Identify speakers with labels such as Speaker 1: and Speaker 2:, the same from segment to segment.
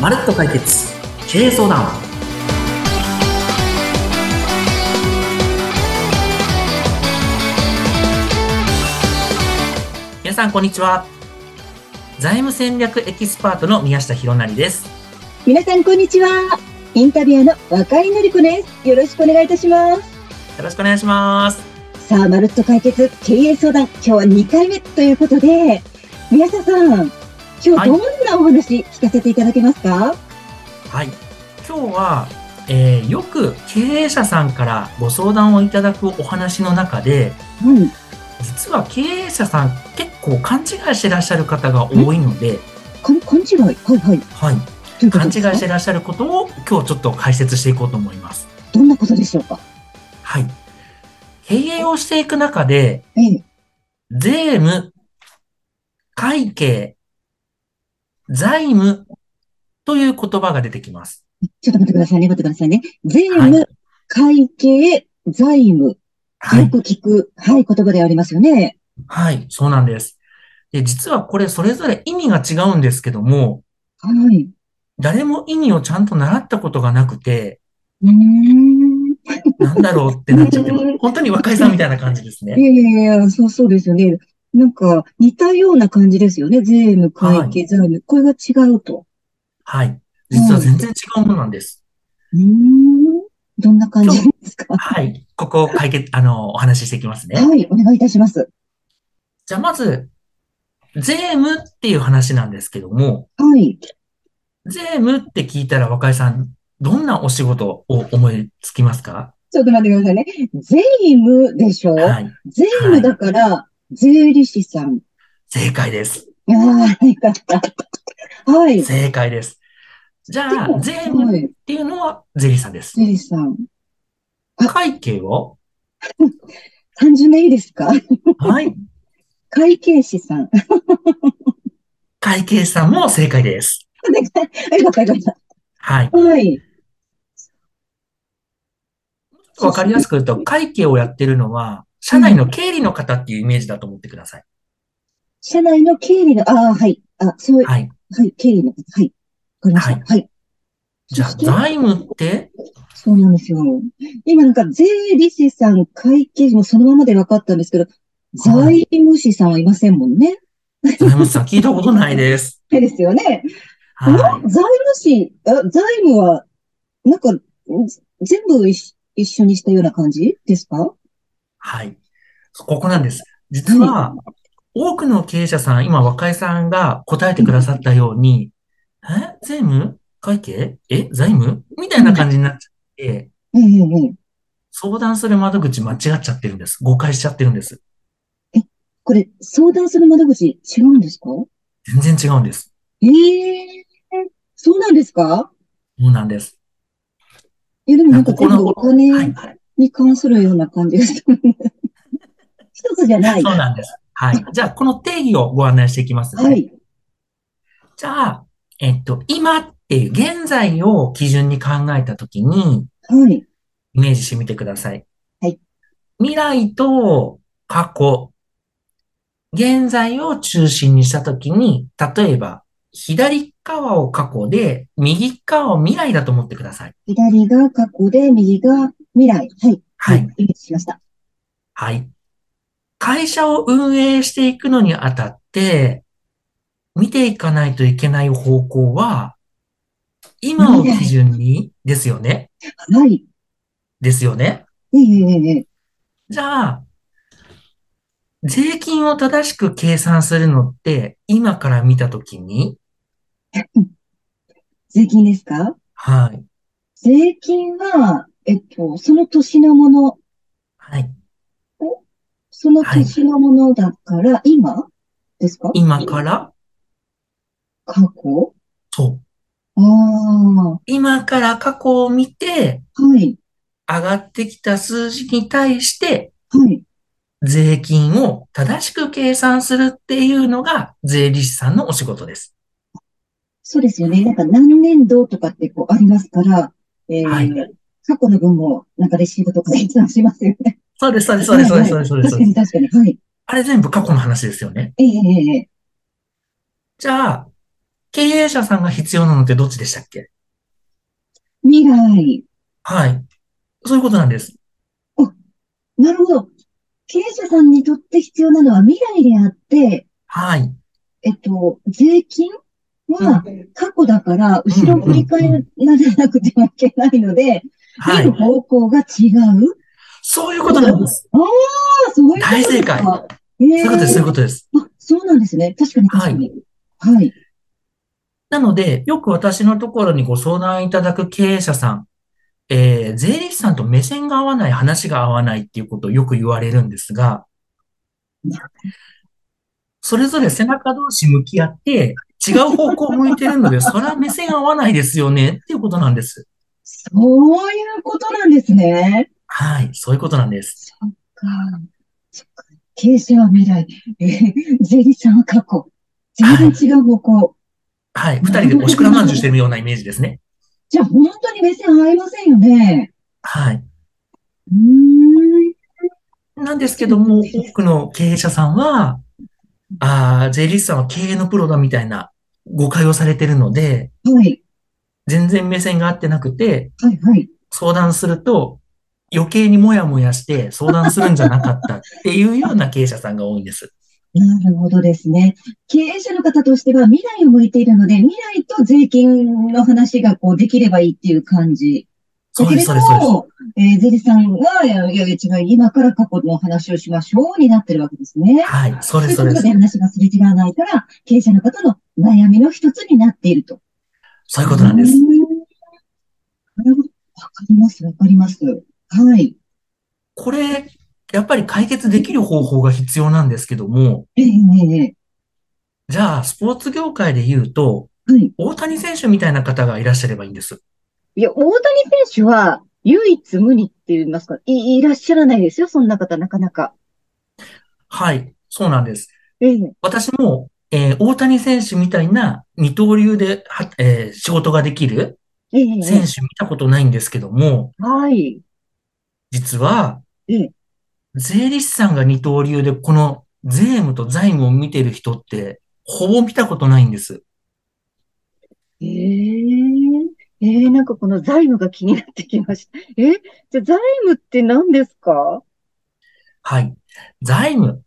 Speaker 1: まるっと解決経営相談皆さんこんにちは財務戦略エキスパートの宮下博成です
Speaker 2: 皆さんこんにちは。インタビュアーの若井のり子です。よろしくお願いいたします。
Speaker 1: よろしくお願いします
Speaker 2: さあ、まるっと解決経営相談、今日は2回目ということで、宮下さん、今
Speaker 1: は
Speaker 2: 日
Speaker 1: い
Speaker 2: どんなお話聞かせていただけますか、
Speaker 1: はい今日は、えーよく経営者さんからご相談をいただくお話の中で
Speaker 2: うん。
Speaker 1: 実は経営者さん結構勘違いしてらっしゃる方が多いので、
Speaker 2: この勘違い。はいはい。
Speaker 1: はい、
Speaker 2: というこ
Speaker 1: 勘違
Speaker 2: と
Speaker 1: い
Speaker 2: ですか
Speaker 1: してらっしゃることを今日ちょっと解説していこうと思います。
Speaker 2: どんなことでしょうか
Speaker 1: はい。経営をしていく中で、
Speaker 2: ええ。
Speaker 1: 税務、会計、財務という言葉が出てきます。
Speaker 2: ちょっと待ってくださいね、待ってくださいね。税務、
Speaker 1: はい。
Speaker 2: 会計、財務。
Speaker 1: は
Speaker 2: よ
Speaker 1: い。
Speaker 2: く聞く、はい、言葉でありますよね。
Speaker 1: はい。そうなんです。で、実はこれそれぞれ意味が違うんですけども、
Speaker 2: はい。
Speaker 1: 誰も意味をちゃんと習ったことがなくて、
Speaker 2: うーん。
Speaker 1: なんだろうってなっちゃってます、本当に若いさんみたいな感じですね
Speaker 2: い。やいやいや、そうそうですよね。なんか似たような感じですよね。税務、会計、財務。これが違うと。
Speaker 1: はい。実は全然違うものなんです。
Speaker 2: うーん。どんな感じですか
Speaker 1: はい。ここを解決、あの、お話ししていきますね。
Speaker 2: はい、お願いいたします。
Speaker 1: じゃあまず、税務っていう話なんですけども、
Speaker 2: はい。
Speaker 1: 税務って聞いたら若井さん、どんなお仕事を思いつきますか
Speaker 2: ちょっと待ってくださいね。税務でしょ
Speaker 1: はい。
Speaker 2: 税務だから、税理士さん。
Speaker 1: 正解です。
Speaker 2: ああ、よかった。はい。
Speaker 1: 正解です。じゃ
Speaker 2: で
Speaker 1: あ、
Speaker 2: も
Speaker 1: 税務っ
Speaker 2: はい。
Speaker 1: ていうのは税理士さんです
Speaker 2: 税。理士さん。
Speaker 1: 会計を
Speaker 2: 30名いいですか
Speaker 1: はい。
Speaker 2: 会計士さん。
Speaker 1: 会計士さんも正解です。
Speaker 2: あよかった、よかっ
Speaker 1: はい。
Speaker 2: た。はい。
Speaker 1: わかりやすく言うと、会計をやってるのは、社内の経理の方っていうイメージだと思ってください。
Speaker 2: 社内の経理の、ああ、はい。あ、そう、
Speaker 1: はい。
Speaker 2: はい、経理の、はい。わかりました。
Speaker 1: は
Speaker 2: はいい。
Speaker 1: じゃあ、
Speaker 2: そして
Speaker 1: 財務って
Speaker 2: そうなんですよ。今なんか税理士さん、会計士もそのままで分かったんですけど、財務士さんはいませんもんね。
Speaker 1: 財務さん聞いたことないです。
Speaker 2: そうですよね。
Speaker 1: は
Speaker 2: 財務士、あ財務は、なんか、全部一一緒にしたような感じですか
Speaker 1: はい。ここなんです。実は、多くの経営者さん、今若井さんが答えてくださったように、え税務会計え財務みたいな感じになっちゃって、
Speaker 2: ええええ。
Speaker 1: 相談する窓口間違っちゃってるんです。誤解しちゃってるんです。
Speaker 2: これ、相談する窓口違うんですか
Speaker 1: 全然違うんです。
Speaker 2: ええそうなんですか
Speaker 1: そうなんです。
Speaker 2: いや、でもなんか
Speaker 1: いや
Speaker 2: 全
Speaker 1: ここの
Speaker 2: 部お
Speaker 1: は
Speaker 2: 金
Speaker 1: い。はい
Speaker 2: に関するような感じです。一つじゃない。
Speaker 1: そうなんです。はい。じゃあ、この定義をご案内していきますね。
Speaker 2: はい。
Speaker 1: じゃあ、えっと、今っていう、現在を基準に考えたときに、
Speaker 2: はい。
Speaker 1: イメージしてみてください。
Speaker 2: はい。
Speaker 1: 未来と過去、現在を中心にしたときに、例えば、左側を過去で、右側を未来だと思ってください。
Speaker 2: 左が過去で、右が未来。はい。
Speaker 1: はい。。
Speaker 2: イメージしました。
Speaker 1: はい。会社を運営していくのにあたって、見ていかないといけない方向は、今を基準に、ですよね。
Speaker 2: はい。
Speaker 1: ですよね。
Speaker 2: ええええええ。
Speaker 1: じゃあ、税金を正しく計算するのって、今から見たときに、
Speaker 2: 税金ですか
Speaker 1: はい。
Speaker 2: 税金は、えっと、その年のもの、
Speaker 1: はい。
Speaker 2: その年のものだから、今ですか
Speaker 1: 今から、
Speaker 2: 過去
Speaker 1: そう。
Speaker 2: ああ、
Speaker 1: 今から過去を見て、
Speaker 2: はい。
Speaker 1: 上がってきた数字に対して、
Speaker 2: はい。
Speaker 1: 税金を正しく計算するっていうのが、税理士さんのお仕事です。
Speaker 2: そうですよね。なんか何年度とかってこうありますから、えー
Speaker 1: はい
Speaker 2: 過去の分も、なんかレシートとかで一覧しますよね。
Speaker 1: そうです、そうです、そうです、そうです、そう です、そうです
Speaker 2: 確かに確かに。はい。
Speaker 1: あれ全部過去の話ですよね。
Speaker 2: ええええええ
Speaker 1: じゃあ、経営者さんが必要なのってどっちでしたっけ
Speaker 3: 未来。
Speaker 1: はい。そういうことなんです。
Speaker 3: なるほど。経営者さんにとって必要なのは未来であって、
Speaker 1: はい。
Speaker 3: えっと、税金は
Speaker 1: うん
Speaker 3: 過去だから、後ろ振り返らなくてはいけないので、
Speaker 1: は
Speaker 3: 見る
Speaker 1: い。
Speaker 3: 方向が違う。
Speaker 1: そういうことなんです。
Speaker 3: ああ、そういうこと
Speaker 1: 大正解
Speaker 3: か。
Speaker 1: そういうことです。そういうことです。
Speaker 3: あ、そうなんですね。確かに確かに。はい。
Speaker 1: なので、よく私のところにご相談いただく経営者さん、えー、税理士さんと目線が合わない、話が合わないっていうことをよく言われるんですが、それぞれ背中同士向き合って、違う方向を向いてるので、そら目線合わないですよねっていうことなんです。
Speaker 3: そういうことなんですね。
Speaker 1: はい、そういうことなんです。
Speaker 3: そっか。そっか。経営者は未来。えー税理士さんは過去。全然違う方向。
Speaker 1: はい、二人でおしくらまんじゅうしてるようなイメージですね。
Speaker 3: じゃあ本当に目線合いませんよね。
Speaker 1: はい。
Speaker 3: うーん。
Speaker 1: なんですけども、多くの経営者さんは、ああ、税理士さんは経営のプロだみたいな誤解をされてるので、
Speaker 3: はい。
Speaker 1: 全然目線が合ってなくて、
Speaker 3: はい、はい。
Speaker 1: 相談すると余計にもやもやして相談するんじゃなかったっていうような経営者さんが多いん です。
Speaker 3: なるほどですね。経営者の方としては未来を向いているので、未来と税金の話がこうできればいいっていう感じ。
Speaker 1: そうです、そうです、そ
Speaker 3: だ
Speaker 1: うで
Speaker 3: けれ。
Speaker 1: す
Speaker 3: ども、えー税理士さんが、いやいや違う、今から過去のお話をしましょうになってるわけですね。
Speaker 1: はい、そうで
Speaker 3: とい
Speaker 1: す、
Speaker 3: う
Speaker 1: そ
Speaker 3: こ
Speaker 1: うで。
Speaker 3: とです話がすれ違わないから、経営者の方の悩みの一つになっていると。
Speaker 1: そういうことなんです
Speaker 3: う。ーんなるほど。わかります、わかります。はい。
Speaker 1: これ、やっぱり解決できる方法が必要なんですけども、
Speaker 3: えええええ
Speaker 1: じゃあ、スポーツ業界で言うと、
Speaker 3: えはい。
Speaker 1: 大谷選手みたいな方がいらっしゃればいいんです。
Speaker 3: いや、大谷選手は唯一無二って言いますか、い、いらっしゃらないですよ、そんな方、なかなか。
Speaker 1: はい、そうなんです。
Speaker 3: ええ。
Speaker 1: 私も、えー大谷選手みたいな二刀流では、えー仕事ができる
Speaker 3: えええ
Speaker 1: 選手見たことないんですけども、
Speaker 3: え。はい。
Speaker 1: 実は
Speaker 3: ええ、
Speaker 1: 税理士さんが二刀流で、この税務と財務を見てる人って、ほぼ見たことないんです。
Speaker 2: ええええなんかこの財務が気になってきました。え、じゃあ財務って何ですか
Speaker 1: はい。財務。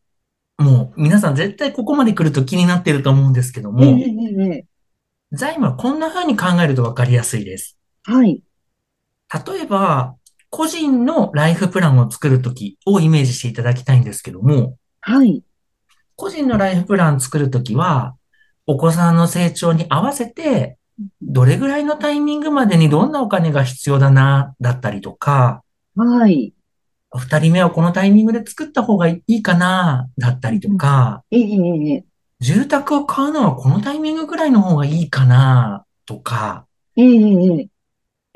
Speaker 1: もう、皆さん絶対ここまで来ると気になってると思うんですけど
Speaker 2: ええ
Speaker 1: も、
Speaker 2: ええ
Speaker 1: 財務はこんな風に考えるとわかりやすいです。
Speaker 2: はい。
Speaker 1: 例えば、個人のライフプランを作るときをイメージしていただきたいんですけども、
Speaker 2: はい。
Speaker 1: 個人のライフプラン作るときは、お子さんの成長に合わせて、どれぐらいのタイミングまでにどんなお金が必要だな、だったりとか、
Speaker 2: はい。
Speaker 1: 二人目はこのタイミングで作った方がいいかな、だったりとか、
Speaker 2: ええええ
Speaker 1: 住宅を買うのはこのタイミングぐらいの方がいいかな、とか、
Speaker 2: えええ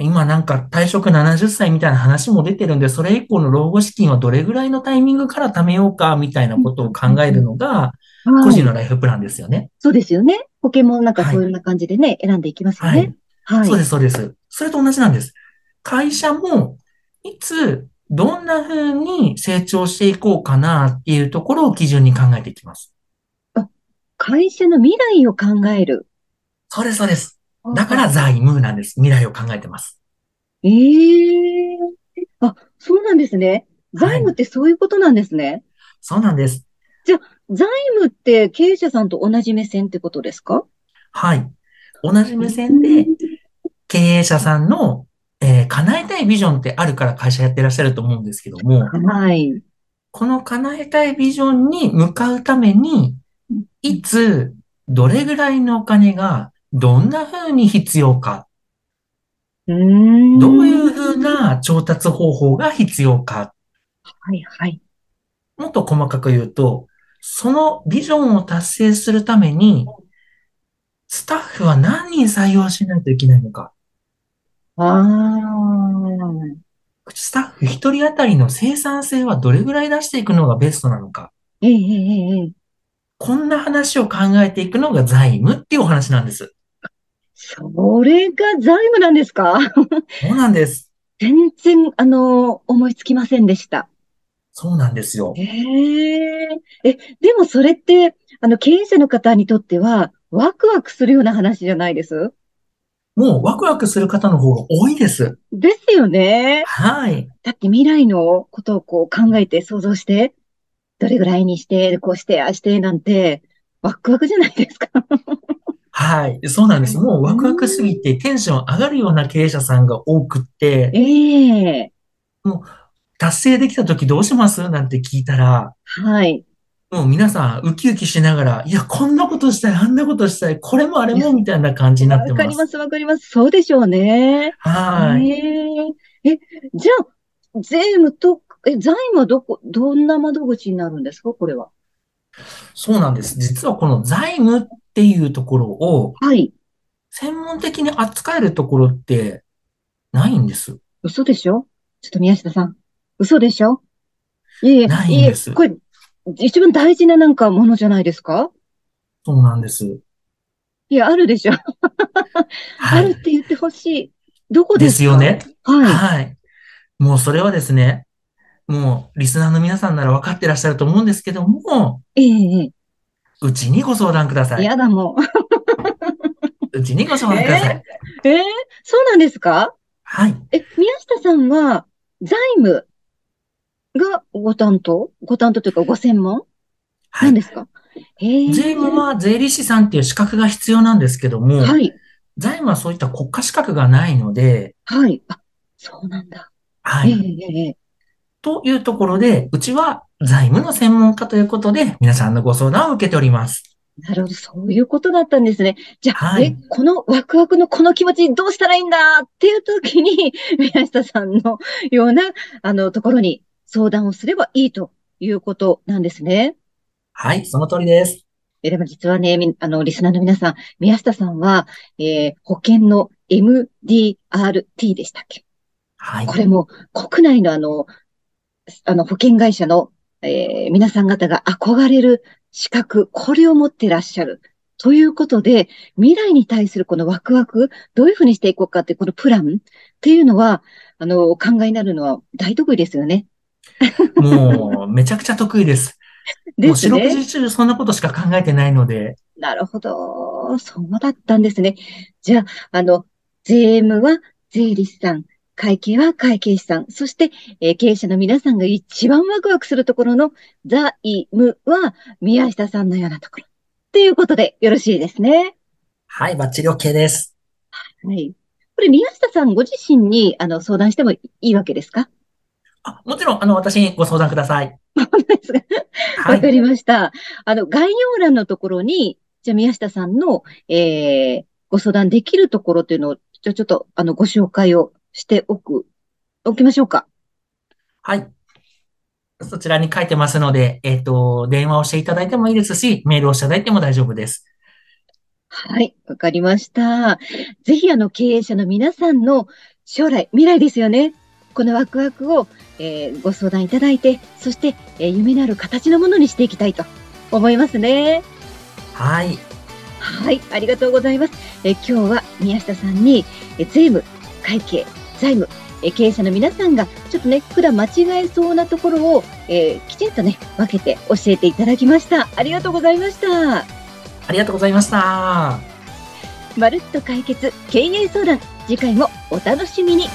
Speaker 1: 今なんか退職70歳みたいな話も出てるんで、それ以降の老後資金はどれぐらいのタイミングから貯めようか、みたいなことを考えるのが、
Speaker 2: えは
Speaker 1: 個人
Speaker 2: い。
Speaker 1: のライフプランですよね。
Speaker 2: そうですよね。ポケモンなんか
Speaker 1: はい
Speaker 2: そういうような感じでね、選んでいきますよ
Speaker 1: はい
Speaker 2: ね。。はい
Speaker 1: そう。です、そうです。それと同じなんです。会社も、いつ、どんな風に成長していこうかなっていうところを基準に考えていきます。
Speaker 2: 会社の未来を考える。
Speaker 1: そうです、そうです。だから財務なんです。未来を考えてます。
Speaker 2: ええあ、そうなんですね。財
Speaker 1: は
Speaker 2: 務
Speaker 1: い
Speaker 2: ってそういうことなんですね。
Speaker 1: そうなんです。
Speaker 2: 財務って経営者さんと同じ目線ってことですか
Speaker 1: はい。同じ目線で、経営者さんの、えー叶えたいビジョンってあるから会社やってらっしゃると思うんですけども、
Speaker 2: はい。
Speaker 1: この叶えたいビジョンに向かうために、いつ、どれぐらいのお金が、どんな風に必要か、
Speaker 2: うーん。
Speaker 1: どういう風な調達方法が必要か、
Speaker 2: はいはい。
Speaker 1: もっと細かく言うと、そのビジョンを達成するために、スタッフは何人採用しないといけないのか、
Speaker 2: ああ。
Speaker 1: スタッフ一人当たりの生産性はどれぐらい出していくのがベストなのか、
Speaker 2: ええええええ。
Speaker 1: こんな話を考えていくのが財務っていうお話なんです。
Speaker 2: それが財務なんですか
Speaker 1: そうなんです。
Speaker 2: 全然、あの、思いつきませんでした。
Speaker 1: そうなんですよ
Speaker 2: え。ええ、でもそれって、あの、経営者の方にとっては、ワクワクするような話じゃないです。
Speaker 1: もうワクワクする方の方が多いです。
Speaker 2: ですよね。
Speaker 1: はい。
Speaker 2: だって未来のことをこう考えて想像して、どれぐらいにして、こうして、ああして、なんて、ワクワクじゃないですか。
Speaker 1: はい。そうなんです。もうワクワクすぎてテンション上がるような経営者さんが多くって、
Speaker 2: ええ
Speaker 1: 達成できた時どうしますなんて聞いたら、
Speaker 2: はい。
Speaker 1: もう皆さんウキウキしながら、いや、こんなことしたい、あんなことしたい、これもあれもみたいな感じになって
Speaker 2: わかり
Speaker 1: ま。
Speaker 2: ますす、わかります。そうでしょうね。
Speaker 1: はい。
Speaker 2: えええ、じゃあ、税務と、え、財務はどこ、どんな窓口になるんですか、これは。
Speaker 1: そうなんです。実はこの財務っていうところを
Speaker 2: はい。
Speaker 1: 専門的に扱えるところってないんです。
Speaker 2: 嘘でしょちょっと宮下さん。嘘でしょいえいえ、
Speaker 1: ないん
Speaker 2: いえ
Speaker 1: です
Speaker 2: これ、一番大事ななんかものじゃないですか
Speaker 1: そうなんです。
Speaker 2: いや、あるでしょ。
Speaker 1: は
Speaker 2: あるっ
Speaker 1: い。
Speaker 2: て言ってほしい。どこ
Speaker 1: で
Speaker 2: ですす
Speaker 1: よ
Speaker 2: か
Speaker 1: ね。
Speaker 2: は
Speaker 1: はい。もうそれはですね、もうリスナーの皆さんなら分かってらっしゃると思うんですけども、
Speaker 2: い。ええ
Speaker 1: うちにご相談くださ
Speaker 2: ええ。
Speaker 1: い。
Speaker 2: やだもう。
Speaker 1: うちにご相談ください。
Speaker 2: ええそうなんですか
Speaker 1: はい。
Speaker 2: え、宮下さんは、財務がご担当ご担当というかご専門
Speaker 1: は
Speaker 2: なん
Speaker 1: い。
Speaker 2: ですかええ
Speaker 1: 税務は税理士さんっていう資格が必要なんですけども、
Speaker 2: はい、
Speaker 1: 財務はそういった国家資格がないので、
Speaker 2: はい。あ、そうなんだ。
Speaker 1: は
Speaker 2: ええ
Speaker 1: い。
Speaker 2: ええ
Speaker 1: というところで、うちは財務の専門家ということで、皆さんのご相談を受けております。
Speaker 2: なるほど、そういうことだったんですね。じゃあ、
Speaker 1: はい
Speaker 2: え、このワクワクのこの気持ちどうしたらいいんだっていう時に、 宮下さんのような、あの、ところに相談をすればいいということなんですね。
Speaker 1: はい、その通りです。
Speaker 2: え、でも実はね、み、あの、リスナーの皆さん、宮下さんは、えー保険の MDRT でしたっけ
Speaker 1: はい。
Speaker 2: これも国内のあの、あの保険会社の、えー皆さん方が憧れる資格、これを持ってらっしゃる。ということで、未来に対するこのワクワク、どういうふうにしていこうかって、このプランっていうのは、あの、お考えになるのは大得意ですよね。
Speaker 1: もう、めちゃくちゃ得意です。も
Speaker 2: で
Speaker 1: う
Speaker 2: す
Speaker 1: 四六
Speaker 2: ね。
Speaker 1: 時中そんなことしか考えてないので、
Speaker 2: なるほど。そうだったんですね。じゃあ、あの、税務は税理士さん、会計は会計士さん、そして、えー経営者の皆さんが一番ワクワクするところの財務は宮下さんのようなところ。っていうことでよろしいですね。
Speaker 1: はい、バッチリ OK です。
Speaker 2: はい。これ宮下さんご自身にあの相談してもいいわけですか
Speaker 1: あ、もちろん、あの、私にご相談ください。は
Speaker 2: わか
Speaker 1: い。
Speaker 2: りました。あの、概要欄のところに、じゃあ宮下さんの、えーご相談できるところというのを、じゃあちょっと、あの、ご紹介をしておく、おきましょうか。
Speaker 1: はい。そちらに書いてますので、えっと、電話をしていただいてもいいですし、メールをしていただいても大丈夫です。
Speaker 2: はい、わかりました。ぜひ、あの、経営者の皆さんの将来、未来ですよね。このワクワクを、えーご相談いただいて、そして、えー夢のある形のものにしていきたいと思いますね。
Speaker 1: はい。
Speaker 2: はい、ありがとうございます。えー今日は宮下さんに、えー税務、会計、財務、えー経営者の皆さんが、ちょっとね、普段間違えそうなところを、えーきちんとね、分けて教えていただきました。ありがとうございました。
Speaker 1: ありがとうございました。
Speaker 2: まるっと解決、経営相談、次回もお楽しみに。